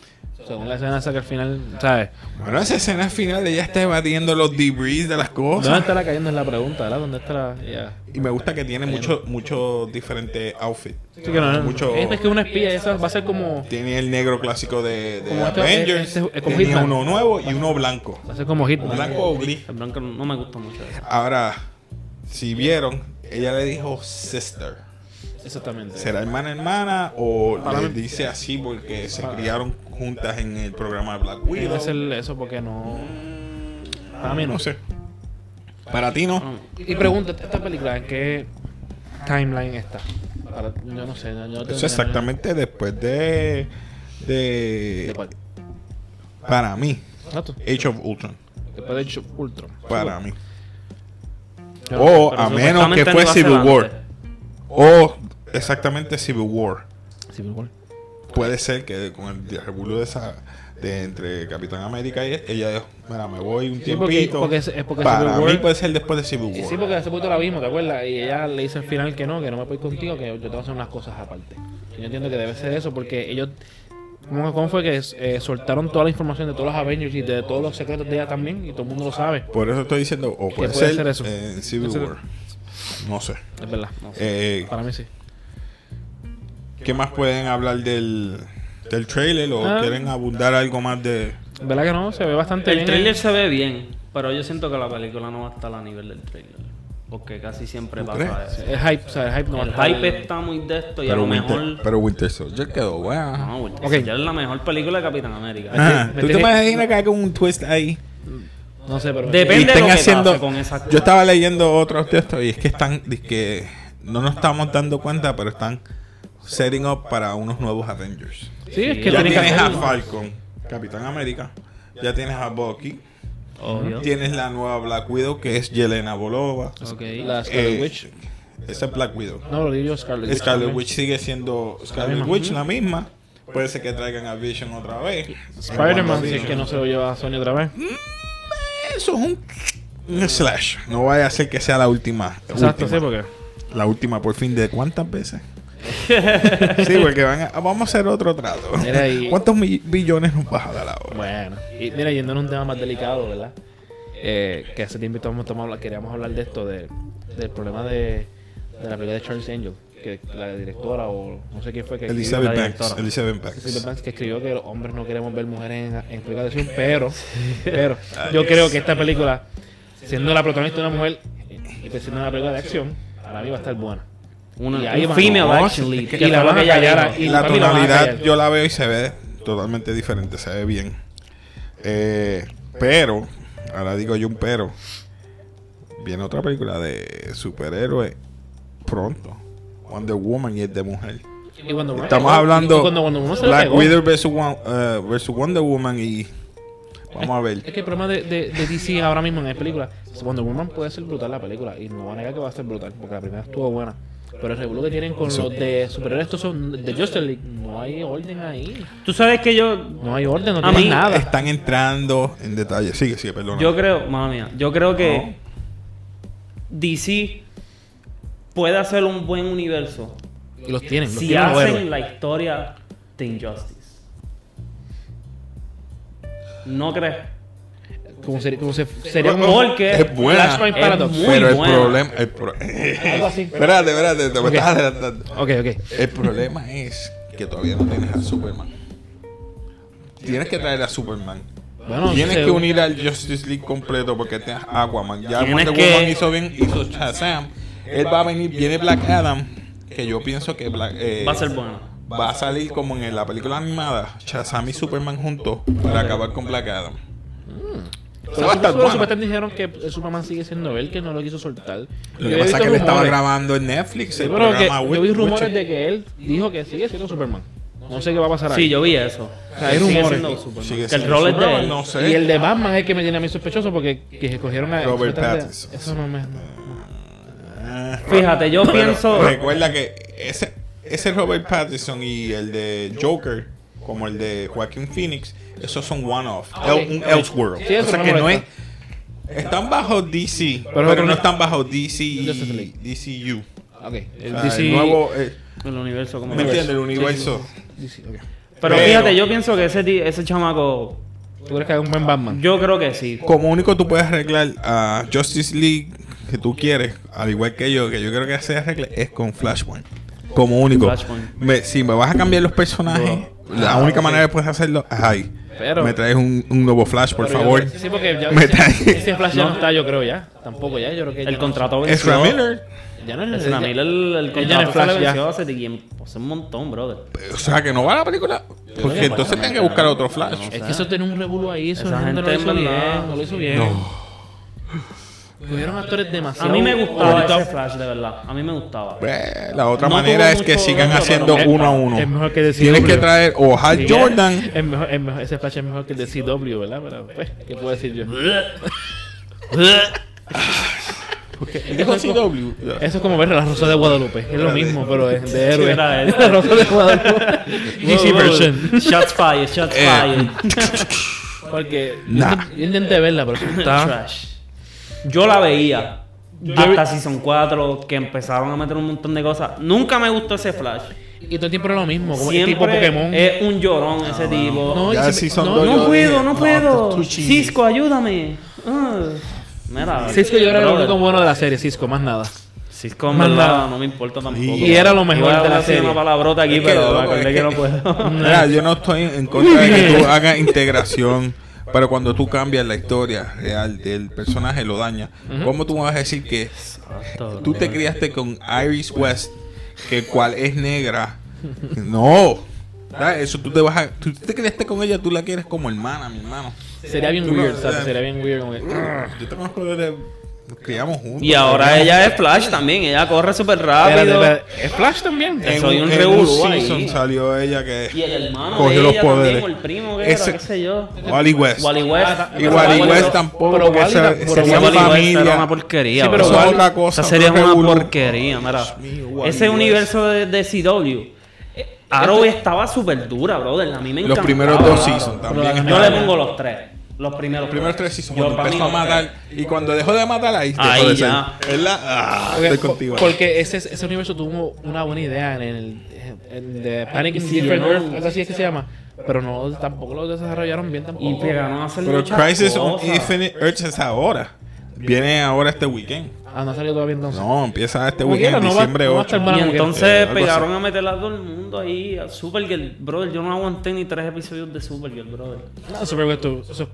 B: según la escena esa que al final, ¿sabes?
A: Bueno, esa escena final ella está evadiendo los debris de las
B: ¿Dónde
A: cosas.
B: está la cayendo es la pregunta, ¿verdad? ¿Dónde está la.? ya.
A: Y me gusta que tiene muchos mucho diferentes outfits.
B: Sí que no, no.
A: Mucho-
B: Este es que es una espía, esa va a ser como.
A: Tiene el negro clásico de, de
B: Como este-
A: Avengers,
B: este- este- como
A: tenía
B: Hitman.
A: uno nuevo y uno blanco.
B: Va a ser como Hitman.
A: Blanco o gris.
C: El blanco no me gusta mucho. eso.
A: Ahora, si vieron, ella le dijo sister.
B: Exactamente.
A: ¿Será hermana hermana o le dice así porque se criaron juntas en el programa de Black
B: Tiene
A: Widow?
B: que ser eso porque no. Para mí no.
A: Mm, No sé. Para ti no.
B: Y pregunta, ¿esta película en qué timeline está? Para- yo no sé. yo no
A: Eso
B: tendría-
A: exactamente después de de
B: ¿De cuál?
A: para mí
B: Exacto.
A: Age of Ultron.
B: Después de hecho Ultron.
A: Para mí.
B: Yo no sé,
A: O
B: pero
A: a menos
B: eso-
A: que
C: supuestamente
A: fue
C: no iba a ser
A: Civil War.
C: antes.
A: O exactamente Civil War.
B: Civil War.
A: Puede ser que con el revuelo de esa de entre Capitán América y ella dijo, mira, me voy un
B: Sí, porque-
A: tiempito.
B: porque es- es porque
A: para
B: Civil War-
A: mí puede ser después de Civil
B: Y
A: War.
B: sí, porque hace poquito la vimos, ¿te acuerdas? Y ella le dice al final que no, que no me puedo ir contigo, que yo tengo que hacer unas cosas aparte. Y yo entiendo que debe ser eso, porque ellos. ¿Cómo, cómo fue que eh, soltaron toda la información de todos los Avengers y de todos los secretos de ella también? Y todo el mundo lo sabe.
A: Por eso estoy diciendo, o puede,
B: puede
A: ser,
B: ser eso.
A: en Civil
B: Puede ser-
A: War. No sé.
B: Es verdad.
A: Eh,
B: Para mí sí.
A: ¿Qué más pueden hablar del, del trailer o
B: Ah.
A: quieren abundar algo más de...
B: Es ¿Verdad que no? Se ve bastante
C: El
B: bien.
C: trailer se ve bien, pero yo siento que la película no va a estar a nivel del trailer. Porque casi siempre pasa
A: crees?
C: eso.
B: El Eh, hype, o sea, el hype no va a
C: El
B: estar-
C: hype está muy de esto y a
A: Pero
C: lo
A: Winter,
C: mejor.
A: pero Winter Soldier quedó buena.
C: No, Winter
B: Ok. Ah.
C: Soldier es la mejor película de Capitán América.
A: Ajá.
B: Me
A: ¿Tú te
B: tiene-
A: imaginas que haga un twist ahí?
B: No sé, pero.
C: Depende.
A: y
C: de
A: estén
C: lo que
A: haciendo.
C: pase con esa-
A: Yo estaba leyendo otros textos y es que están. es que no nos estamos dando cuenta, pero están setting up para unos nuevos Avengers.
B: Sí, es que
A: Ya
B: tiene que
A: tienes a
B: hacer.
A: Falcon, Capitán América. Ya tienes a Bucky.
C: Obvio.
A: Tienes la nueva Black Widow que es Yelena Bolova.
C: Ok.
B: La Scarlet
A: Eh,
B: Witch.
A: Esa es Black Widow.
B: No, lo digo yo, Scarlet Witch.
A: Scarlet
B: también.
A: Witch sigue siendo Scarlet Witch la misma. Puede ser que traigan a Vision otra vez.
B: Spider-Man, si es
A: WandaVision.
B: que no se lo lleva a Sony otra vez.
A: Eso es un, un slash. No vaya a ser que sea la última.
B: Exacto,
A: última.
B: sí, porque.
A: La última por fin de cuántas veces. sí, porque van a- vamos a hacer otro trato.
B: Mira ahí.
A: ¿Cuántos mi- billones nos vas a dar ahora?
B: Bueno, y mira, yendo en un tema más delicado, ¿verdad? Eh, que hace tiempo estamos, estamos habla- queríamos hablar de esto, de, del problema de, de la película de Charles Angel, que la directora o no sé quién fue que escribió,
A: Elizabeth
B: la
A: Banks.
B: directora.
A: Elizabeth
B: Elizabeth
A: Banks.
B: Banks, que escribió que los hombres no queremos ver mujeres en, en películas de acción, pero, pero yo creo que esta película, siendo la protagonista una mujer y pues siendo una película de acción, para mí va a estar buena.
C: Una,
B: Y ahí
C: un
B: van-
C: female
B: No,
C: action lead.
B: que- y
C: que
B: la
C: fue
B: van
C: lo
B: a
C: que ella
B: callar
C: dijo.
B: y
A: Y la
B: papi, la van a
A: tonalidad
B: callar.
A: yo la veo y se ve totalmente diferente. Se ve bien. Eh, pero, ahora digo yo un pero. Viene otra película de superhéroes pronto. Wonder Woman y es de mujer.
B: Y cuando-
A: Estamos
B: y
A: hablando
B: cuando- cuando uno se le
A: Black
B: pegó.
A: Widow versus, Won- eh, versus Wonder Woman y vamos a ver.
B: Es que el problema de, de, de DC ahora mismo en las películas, Wonder Woman puede ser brutal la película y no va a negar que va a ser brutal porque la primera estuvo buena. Pero el revuelo que tienen con los de superhéroes, estos son de Justice League. No hay orden ahí.
C: Tú sabes que yo,
B: No hay orden, no
C: A
B: tienen
C: mí-
B: nada.
A: Están entrando en detalle. Sigue, sigue, perdona.
C: Yo creo, madre mía, yo creo que DC puede hacer un buen universo
B: Y los tienen, los
C: si
B: tienen los
C: hacen
B: héroes.
C: la historia de Injustice. ¿No crees?
B: Como sería, como se- sería
A: Bueno,
B: como
C: porque
A: es buena.
B: Flashpoint
C: es
B: Paradox.
C: muy
A: pero el
C: buena.
A: problema. el pro-
B: Algo así.
A: espérate, espérate, te me
B: Ok.
A: estás adelantando.
B: Ok, ok.
A: El problema es que todavía no tienes a Superman. Tienes que traer a Superman.
B: Bueno,
A: tienes
B: se-
A: que unir al Justice League completo porque tienes Aquaman. Ya
C: Tienes
A: Wonder
C: que-
A: Woman hizo bien, hizo Shazam. Él va a venir, viene Black Adam, que yo pienso que Black, eh,
C: Va a ser bueno.
A: va a salir como en la película animada, Shazam y Superman juntos para acabar con Black Adam. Eso
B: Pero
A: va a estar
B: supuestamente
A: bueno.
B: dijeron que el Superman sigue siendo él, que no lo quiso soltar.
A: Lo
B: Yo
A: que
B: he
A: pasa es
B: visto
A: que él estaba
B: rumores.
A: grabando en Netflix
B: Sí,
A: el
B: pero que
A: programa
B: yo vi
A: Witch-
B: rumores
A: Witcher.
B: de que él dijo que sigue siendo Superman. No sé qué va a pasar ahí.
C: Sí, yo vi eso.
B: O sea, hay rumores.
A: Sigue
C: Que el
A: siendo
C: rol es de
A: Superman,
C: él.
A: No sé.
B: Y el de Batman es el que me tiene a mí sospechoso porque que escogieron a
A: Robert
B: supuestamente-
A: Pattinson.
B: Eso no me. no.
A: Ah.
C: Fíjate, yo
A: Pero
C: pienso.
A: Recuerda que ese, ese Robert Pattinson y el de Joker, como el de Joaquin Phoenix, esos son one-off.
B: Ah, ok.
A: el- un Elseworld.
B: Sí, eso
A: o sea
B: no
A: que no es.
B: molesta.
A: Están bajo DC, pero,
B: Pero otro-
A: no están bajo DC y
B: Justice League.
A: DCU.
B: Ok.
A: O
B: El
A: sea,
B: DC.
A: el nuevo. eh,
C: El universo como
A: ¿Me entiendes? El universo.
B: DC, ok.
C: Pero
A: Pero-
C: fíjate, yo pienso que ese, ti- ese chamaco.
B: ¿Tú crees que hay un buen Batman?
C: Yo creo que sí.
A: Como único tú puedes arreglar a Justice League que tú quieres, al igual que yo, que yo creo que se arregle, es con Flashpoint. Como único.
C: Flashpoint.
A: Me- si me vas a cambiar los personajes, la única manera que puedes hacerlo es ahí.
B: Ah, Pero-
A: me traes un, un nuevo Flash, por
B: Pero yo-
A: favor.
B: Sí, porque ya.
A: Me trae-
B: ese, ese Flash ya no está, yo creo ya. Tampoco ya. Yo creo que. ya
C: El
B: no-
C: contrato venció.
A: Ezra Miller.
B: Ya no
C: Ezra Miller, el, el
B: Él ya no es
C: contrato se le
B: Flash, ya. Pues
C: venció hace tiempo. Hace un montón, brother.
A: O sea, que no va a la película. Porque entonces tienen que buscar otro Flash.
B: Es que eso tiene un revuelo ahí. Eso
C: Esa
B: la gente no lo
C: gente
B: hizo
C: en
B: bien.
C: verdad-
B: No lo hizo bien. Cogieron actores
C: A
B: demasiado.
C: mí me gustaba
B: ahorita-
C: ese Flash, de verdad. A mí me gustaba.
A: Pues, la otra
C: No
A: manera
C: tuvo
A: es que
C: mucho
A: sigan
C: brillo,
A: haciendo
B: pero-
A: uno a uno.
B: Es mejor que decir
A: Tienes que
B: W.
A: traer o Hal
B: Sí,
A: Jordan.
B: Es mejor, es mejor, ese Flash es mejor que el de CW, ¿verdad? Pero, pues, ¿Qué puedo decir yo?
A: Dijo CW.
B: Eso es como ver la Rosa de Guadalupe. Es lo mismo, pero es de héroe.
C: era él.
B: La Rosa de Guadalupe. DC
C: Wow, wow.
B: version.
C: Shots fired, shots
A: Eh.
C: fired.
B: Porque yo
A: Nah.
B: intent- yo intenté verla, pero está...
C: Trash. Yo la veía.
B: ¿Ah? Yo-
C: Hasta Season 4, que empezaron a meter un montón de cosas. Nunca me gustó ese Flash.
B: Y todo el tiempo era lo mismo, como el
C: Siempre
B: tipo Pokémon. Ah,
C: es un llorón ese tipo.
B: No,
A: Ya
B: y si-
A: Season
B: no,
A: dos
B: no
A: yo
C: puedo,
A: dije,
C: no
A: esto es
C: puedo.
A: too cheesy".
C: Cisco, ayúdame. Ah. Mira,
B: Cisco yo era el
C: brother.
B: único bueno de la serie, Cisco, más nada.
C: Cisco, en
B: Más
C: verdad,
B: nada.
C: no me importa tampoco.
A: Y
B: era lo mejor
C: Iba a
B: de la
C: decir
B: serie.
C: una palabrota aquí,
A: Es que,
C: pero me
A: loco,
C: acordé
A: es
C: que
A: que-
C: no puedo.
A: Mira, yo no estoy en contra de que tú hagas integración, pero cuando tú cambias la historia real del personaje lo daña. ¿Cómo tú me vas a decir que tú te criaste con Iris West, que cual es negra? No. ¿Sabes? Eso tú te vas a... Tú te criaste con ella, tú la quieres como hermana, mi hermano.
B: Sería bien
A: Tú no-
B: weird, ¿sabes? Sería bien weird. como que-
A: Yo te conozco desde... Nos criamos juntos.
C: Y ahora ella es Flash también, ella corre súper
B: Espérate,
C: rápido.
B: espérate. ¿Es Flash también?
A: En
C: soy un
A: en
C: revolú ahí.
A: season salió ella que...
C: Y el hermano
A: Cogió
C: de
A: los
C: ella también,
A: poderes.
C: o el primo que
A: Ese-
C: era, qué sé yo.
A: Wally West.
C: Wally West.
A: Y Wally
C: Pero
A: West tampoco.
B: pero
A: porque
B: Wally-
A: esa-
B: pero
A: sería
C: Wally West
A: familia.
C: era una porquería.
B: Sí, pero
C: bro.
A: Eso es
B: Wally-
A: otra cosa.
C: Esa serie es
A: otro
C: una
A: revolú.
C: porquería, mira.
A: mío, Wally
C: Ese
A: West.
C: universo de, de CW. eh, Arrow estaba súper dura, brother. A mí me
A: Los
C: encantaba,
A: primeros dos
C: brother.
A: seasons también.
C: Yo
A: estaban-
C: le pongo los tres. Los primeros,
A: Los primeros tres seasons.
C: Yo
A: Cuando
C: para mí
A: empezó a
C: los tres.
A: matar.
B: eh.
A: Y cuando dejó de matar, ahí dejó
C: Ahí
A: de ser.
C: ya.
A: ¿Verdad? Ah,
B: Porque,
A: estoy contigo.
B: porque ese, ese universo tuvo una buena idea en el en de Panic in
C: Sí,
B: Different
C: ¿no?
B: Earth, algo así es que se llama. Pero no, tampoco lo desarrollaron bien tampoco.
C: Y pegaron a hacer
A: Pero
C: muchas
A: Crisis on
C: cosas.
A: Infinite Earth es ahora. Viene ahora este weekend.
B: Ah, no salió todavía entonces.
A: No, empieza este
B: Como
A: weekend,
B: quiera, no va-
A: diciembre
B: no va a
A: 8.
B: estar mal.
C: Y
B: Bueno, porque-
A: Eh,
C: entonces
A: algo
C: pegaron
A: así.
C: a meter a todo el mundo ahí a Supergirl. Brother, yo no aguanté ni tres episodios de Supergirl, brother.
B: No, Supergirl, tú- eso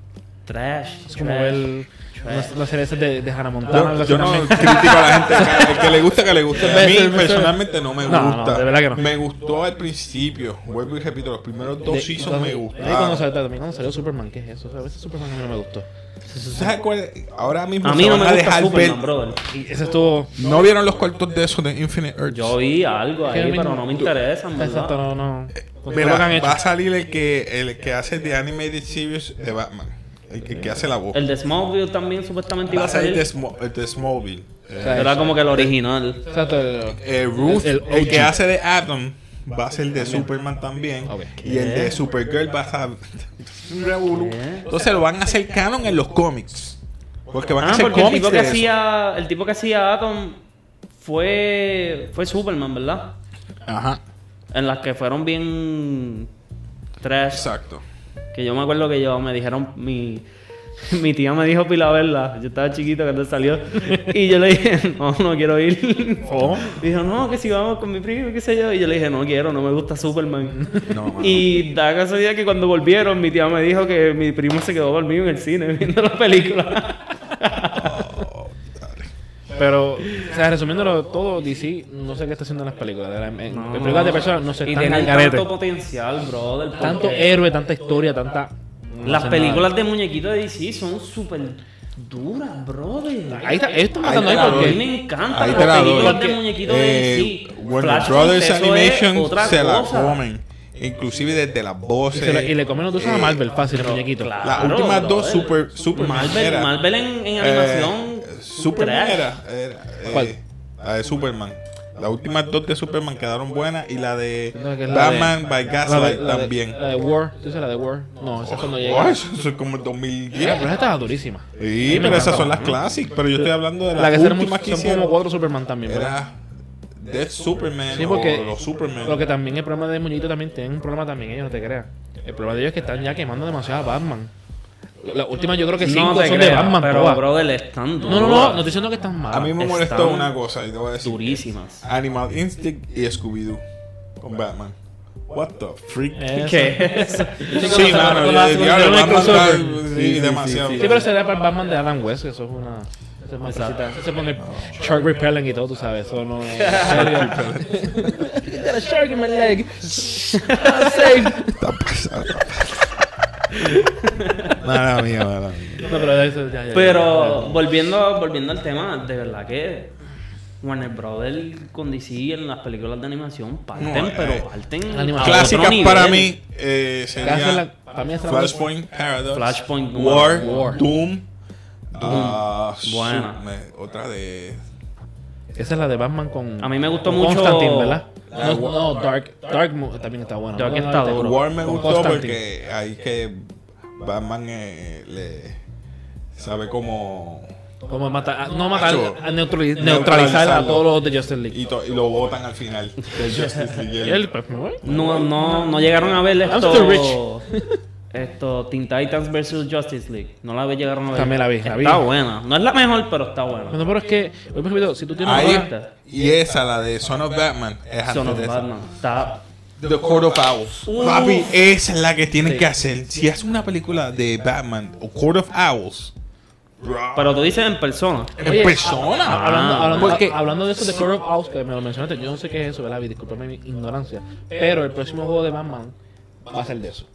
C: Trash.
B: es como
C: trash.
B: el, las, las series de, de Hannah Montana.
A: Yo,
B: algo así
A: yo no
B: también.
A: critico a la gente. El que le gusta, que le gusta. A mí
B: Mr.
A: personalmente no me
B: No, no,
A: gusta.
B: de verdad que no.
A: Me gustó al principio. Vuelvo y repito, los primeros dos
B: De-
A: seasons
B: cuando-
A: me
B: Ahí cuando
A: gustaron.
B: salió, también cuando salió Superman, ¿qué es eso? O sea, a veces Superman a mí no me gustó.
A: ¿Sabes cuál? Ahora mismo
C: A mí
A: se
C: no
A: van
C: me
A: a
C: gusta
A: dejar ver.
C: Superman, brother.
B: Y ese estuvo.
A: ¿No vieron los cortos de eso de Infinite Earth?
C: Yo vi algo
B: que a
C: ahí,
B: mí
C: pero no me interesa, en verdad.
B: Exacto, no, no.
C: Pues
B: Con todo
A: Mira,
B: lo que han hecho.
A: va a salir el que, el que hace The Animated Series de Batman. El, el que hace la voz.
C: El de Smallville también supuestamente
A: Va
C: iba
A: a
C: a
A: salir
C: salir.
A: de, Smo- el de Smallville.
B: O sea,
C: Era como que el original.
B: Exacto. el-
A: Eh, Ruth,
B: El-
A: el,
B: el OG.
A: que hace de Adam, va a ser de Superman también.
B: Ok.
A: Y el de Supergirl va a ser. un revolú.
C: ¿Qué?
A: Entonces lo van a hacer canon en los cómics. Porque van a
C: Ah,
A: hacer
C: porque el
A: cómics.
C: tipo que
A: de eso.
C: hacía. El tipo que hacía Atom fue. fue Superman, ¿verdad?
A: Ajá,
C: En las que fueron bien. Tres.
A: exacto.
C: Que yo me acuerdo que yo me dijeron, mi, mi tía me dijo pila verla. Yo estaba chiquito cuando salió. Y yo le dije, no, no quiero ir.
B: Oh.
C: Dijo, no, que si vamos con mi primo, qué sé yo. Y yo le dije, no quiero, no me gusta Superman.
A: No, mano.
C: y da casualidad que cuando volvieron, mi tía me dijo que mi primo se quedó dormido en el cine viendo la película.
B: Pero, o sea, resumiéndolo todo, DC no sé qué está haciendo en las películas. de la- En, en películas de personas no sé
C: Y
B: están en
C: tienen
B: el garete.
C: tanto potencial, brother. porque
B: Tanto héroe, tanta historia, tanta. no
C: Las
B: hacen
C: películas de muñequitos de DC son súper duras, brother.
B: nada. Ahí está, ellos están
A: Ahí
B: matando ahí
A: te la
C: a mí
B: porque.
C: me encantan
A: Ahí
C: las
A: te la doy.
C: películas de muñequitos
A: Eh,
C: de DC.
A: Warner
C: Flash
A: Brothers
C: Hunt, eso es
A: Animation
C: otra
A: se la
C: cosa.
A: comen. Inclusive desde las voces.
B: Y, se la- y le comen los dos a
A: Eh,
B: Marvel fácil, el
C: Pero,
B: muñequito.
C: claro,
A: Las últimas dos
C: brother.
A: super, Superman
C: Marvel,
A: era-
C: Marvel en, en
A: Eh,
C: animación.
A: Superman
C: trash.
A: era. era, eh,
B: ¿Cuál?
A: La de Superman. Las últimas dos de Superman quedaron buenas y la de
B: No, que es la
A: Batman by
B: La de-
A: Gaslight
B: la de-
A: también.
B: La de War, tú dices la de War. No, esa es cuando llega.
A: Oh, eso es como el 2010.
B: Pero esa estaba durísima.
A: Sí, pero esas son las clásicas. Pero yo estoy hablando de las
B: La que son,
A: últimas que
B: son como
A: hicieron.
B: cuatro Superman también, ¿verdad?
A: Era Death Superman
B: Sí, porque
A: o los Superman.
B: Lo que también el problema de Muñito también tienen un problema también ellos, no te creas. El problema de ellos es que están ya quemando demasiado a Batman. La última yo creo que cinco
C: no te
B: son de
C: creas,
B: Batman,
C: pero
B: todas.
C: brother, están
B: No, no, no, no estoy diciendo que están mal.
A: a mí me molestó
C: Están
A: una cosa y te voy a decir.
C: durísimas.
A: Animal Instinct y Scooby-Doo con Batman. What the freak?
B: Eh,
C: ¿Qué?
A: Sí, mano, yo-
B: Sí,
A: diablo,
B: sí,
A: Batman
B: sí,
A: está-
B: sí,
A: sí, demasiado.
B: Sí, pero será para el Batman de Adam West, que eso es una. Eso es más cosita. Eso se pone Shark Repellent y todo, tú sabes. Eso no. en serio. You got a shark in my leg. I'm safe.
A: Está pasado. mala mía, mala mía.
B: No, pero eso ya, ya, ya.
C: Pero
B: Eh,
C: volviendo, volviendo al tema, de verdad que Warner Brothers con DC en las películas de animación parten,
A: No, eh,
C: pero parten.
B: la animación.
C: a
A: Clásicas
C: Ah, otro nivel.
A: para mí eh,
B: Casi
A: sería
B: la- para mí es la-
A: Flashpoint, Paradox,
C: Flashpoint,
A: War,
B: War.
A: Doom. ah, shoot,
C: Buena.
A: me- otra de.
B: Esa es la de Batman con.
C: A mí me gustó
B: con
C: mucho-
B: Constantine, ¿verdad?
A: La
B: No,
A: de War-
B: no, Dark. Dark Mo- también está buena.
C: Dark
B: No, no,
C: está
B: no,
C: duro.
A: War me
B: con
A: gustó
B: Constantine.
A: porque ahí que Batman eh, le sabe cómo.
B: Como matar. a- No matar.
A: Macho.
B: a neutrali- neutralizar, a
A: Neutralizarlo.
B: todos los de Justice League.
A: Y, to- y lo votan al final. de Justice League.
B: Y él, pues me voy.
C: No, no, no llegaron a ver
B: still
C: esto.
B: rich.
C: Esto, Teen Titans vs Justice League. No la ve- llegaron a ver.
B: También la vi, la
C: Está
B: vi.
C: buena. No es la mejor, pero está buena.
B: No, pero es que, por ejemplo, si tú tienes
A: Ahí-
B: una-
C: Correcta.
A: y esa, la de Son of Batman, es antes
C: Son of
A: de esa.
C: Batman. Está.
A: The Court of Owls.
C: Uf.
A: Papi, esa es la que tienes que hacer. Si haces una película de Batman o Court of Owls, bro,
C: Pero tú dices en persona.
A: en
B: Oye,
A: persona.
B: Hablando,
C: Ah.
B: hablando,
A: Porque-
B: ha- hablando de eso de Court of Owls, que me lo mencionaste, yo no sé qué es eso, ¿verdad? Disculpame mi ignorancia. Pero el próximo juego de Batman va a ser de eso.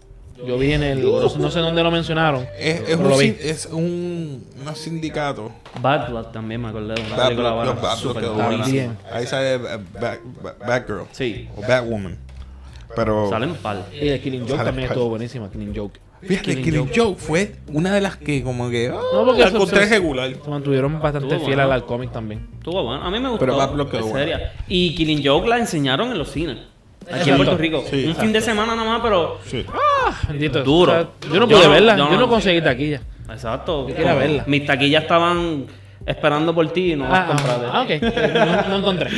B: Yo vi en el. No, sé- no sé dónde lo mencionaron.
A: Es, es
B: pero
A: un,
B: lo vi.
A: sin- es un, un sindicato.
C: Bad Blood también me acordé de una
A: Bat-
C: película buena,
A: los Bat-
C: súper
A: los que-
C: buena.
B: buenísimo. También.
A: Ahí sale eh, Bat- Bat- Batgirl
C: Sí,
A: o Batwoman.
B: Oh.
A: Pero
C: salen par.
B: Y el Killing Joke
A: Sale
B: también
A: pa-
B: estuvo buenísima, Killing Joke.
A: fíjate, Killing Joke fue una de las que, como que. ah,
B: No, porque
A: la
B: eso-
A: encontré
B: eso-
A: regular.
B: Se mantuvieron bastante
C: Estuvo
B: fiel
C: bueno.
B: al cómic también.
C: Estuvo bueno. A mí me gustó.
A: Pero Bad Blood quedó
C: es
A: buena.
C: seria. Y Killing Joke la enseñaron en los cines. Aquí en
B: Exacto.
C: Puerto Rico.
A: Sí,
C: Un
A: exacto.
C: fin de semana nada más, pero.
A: Sí.
B: Bendito.
C: Duro.
B: O sea, yo no pude
C: Yo no-
B: verla,
C: yo
B: yo no
C: no-
B: conseguí taquilla.
C: Exacto.
B: Yo quería verla.
C: Mis taquillas estaban esperando por ti y no las
B: Ah,
C: compraste.
B: ah, ok. No, no encontré.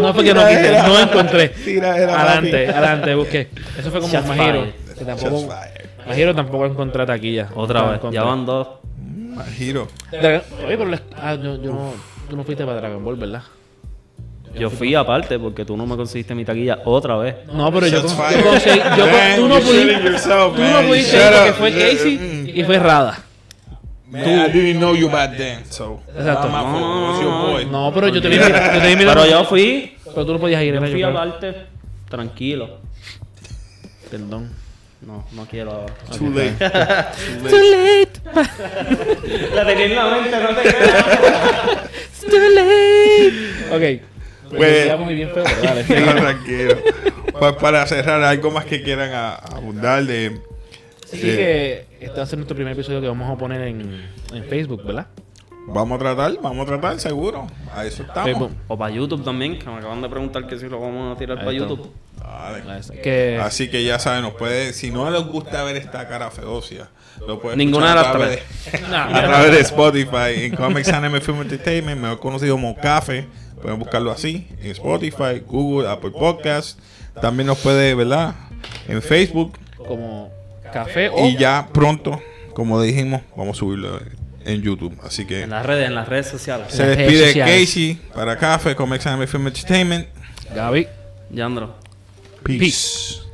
B: no fue que no quise, no encontré.
A: Tiradera, papi.
B: adelante, adelante, busqué. Eso fue como
C: Shots
B: Majiro.
C: fired.
B: Que tampoco,
A: Shots fired.
B: Majiro tampoco encontré taquilla.
C: Otra
B: No
C: vez.
B: encontré.
C: Ya van dos.
A: Mm, Giro.
B: Dragon- Oye, pero les- ah, yo, yo no, tú no fuiste para Dragon Ball, ¿verdad?
C: Yo fui aparte porque tú no me conseguiste mi taquilla otra vez.
B: No, pero yo,
A: Shots
B: con-
A: fired.
B: yo conseguí. Yo, con-
A: Man,
B: tú no
A: you're
B: pudiste,
A: shitting yourself,
B: tú
A: man.
B: no pudiste
A: Shut
B: ir porque
A: up.
B: fue Casey y fue Rada.
A: Man, I didn't know you back then, so.
B: Exacto.
A: I'm out for-
C: No, no,
A: it's your
C: no,
A: boy.
B: No, pero yo te vi, yo te vi mirando.
C: Pero yo fui.
B: Pero tú no podías ir,
C: Yo
B: era yo.
C: fui
B: creo.
C: aparte. Tranquilo.
B: Perdón.
C: No, no quiero ahora.
A: Too late.
B: Too late,
C: La tenía en la mente, no te creas.
B: too late. Ok.
A: Pues-
B: Pues. muy bien feo, pero dale.
A: Déjalo tranquilo. Pa- para cerrar, algo más que quieran a- abundar de.
B: Sí,
A: de-
B: que este va a ser nuestro primer episodio que vamos a poner en, en Facebook, ¿verdad?
A: Vamos a tratar, vamos a tratar, seguro. A eso estamos.
B: Facebook.
C: O para YouTube también, que me acaban de preguntar que si lo vamos a tirar
B: Ahí
C: para
B: está.
C: YouTube.
A: Dale.
B: Ahí está. Que
A: Así que ya saben, nos puede, si no les gusta ver esta cara feocia, lo pueden
C: Ninguna de
A: escuchar
C: las
A: a
C: tres.
A: través de-
B: Nah.
A: a través de Spotify, en Comics Anime Film Entertainment, mejor conocido como Cafe, pueden buscarlo así, en Spotify, Google, Apple Podcast, también nos puede, ¿verdad? En Facebook
B: como café o
A: y ya pronto, como dijimos, vamos a subirlo en YouTube. Así que
C: En las redes, en las redes sociales.
A: se
B: las redes
A: despide
B: sociales.
A: Casey para Cafe, Comics Anime Film Entertainment.
B: Gaby.
C: Yandro.
A: Peace.